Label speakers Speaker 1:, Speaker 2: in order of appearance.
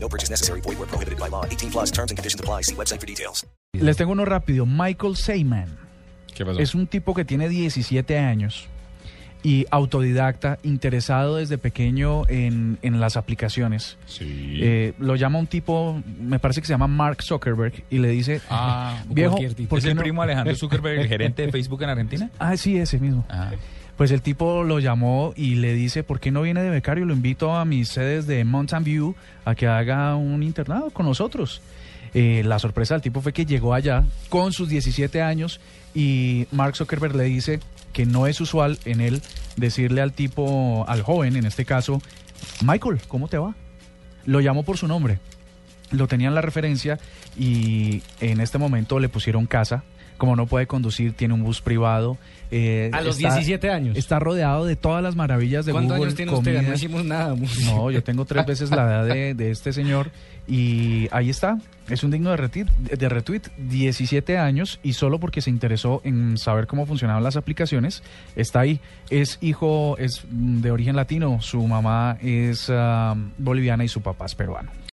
Speaker 1: No purchase necessary. Void where prohibited by law. 18 plus terms and conditions apply. See website for details.
Speaker 2: Les tengo uno rápido. Michael Seyman
Speaker 3: ¿Qué pasó?
Speaker 2: es un tipo que tiene 17 años y autodidacta, interesado desde pequeño en, en las aplicaciones.
Speaker 3: Sí.
Speaker 2: Eh, lo llama un tipo, me parece que se llama Mark Zuckerberg, y le dice,
Speaker 3: ah,
Speaker 2: viejo,
Speaker 3: cualquier tipo.
Speaker 2: ¿por
Speaker 3: ¿Es
Speaker 2: qué
Speaker 3: el
Speaker 2: no? Eh,
Speaker 3: primo Alejandro Zuckerberg, el gerente de Facebook en Argentina?
Speaker 2: ah, sí, ese mismo.
Speaker 3: Ah.
Speaker 2: Pues el tipo lo llamó y le dice, ¿por qué no viene de becario? Lo invito a mis sedes de Mountain View a que haga un internado con nosotros. Eh, la sorpresa del tipo fue que llegó allá con sus 17 años y Mark Zuckerberg le dice que no es usual en él decirle al tipo, al joven en este caso, Michael, ¿cómo te va? Lo llamó por su nombre lo tenían la referencia y en este momento le pusieron casa. Como no puede conducir, tiene un bus privado. eh,
Speaker 4: A los
Speaker 2: está-
Speaker 4: 17 años.
Speaker 2: Está rodeado de todas las maravillas de
Speaker 4: ¿Cuántos
Speaker 2: Google.
Speaker 4: años tiene
Speaker 2: comida.
Speaker 4: usted? No hicimos nada. Murcia.
Speaker 2: No, yo tengo tres veces la edad de, de este señor y ahí está. Es un digno de retweet, de retweet, 17 años y solo porque se interesó en saber cómo funcionaban las aplicaciones, está ahí. Es hijo, es mm, de origen latino, su mamá es ah, boliviana y su papá es peruano.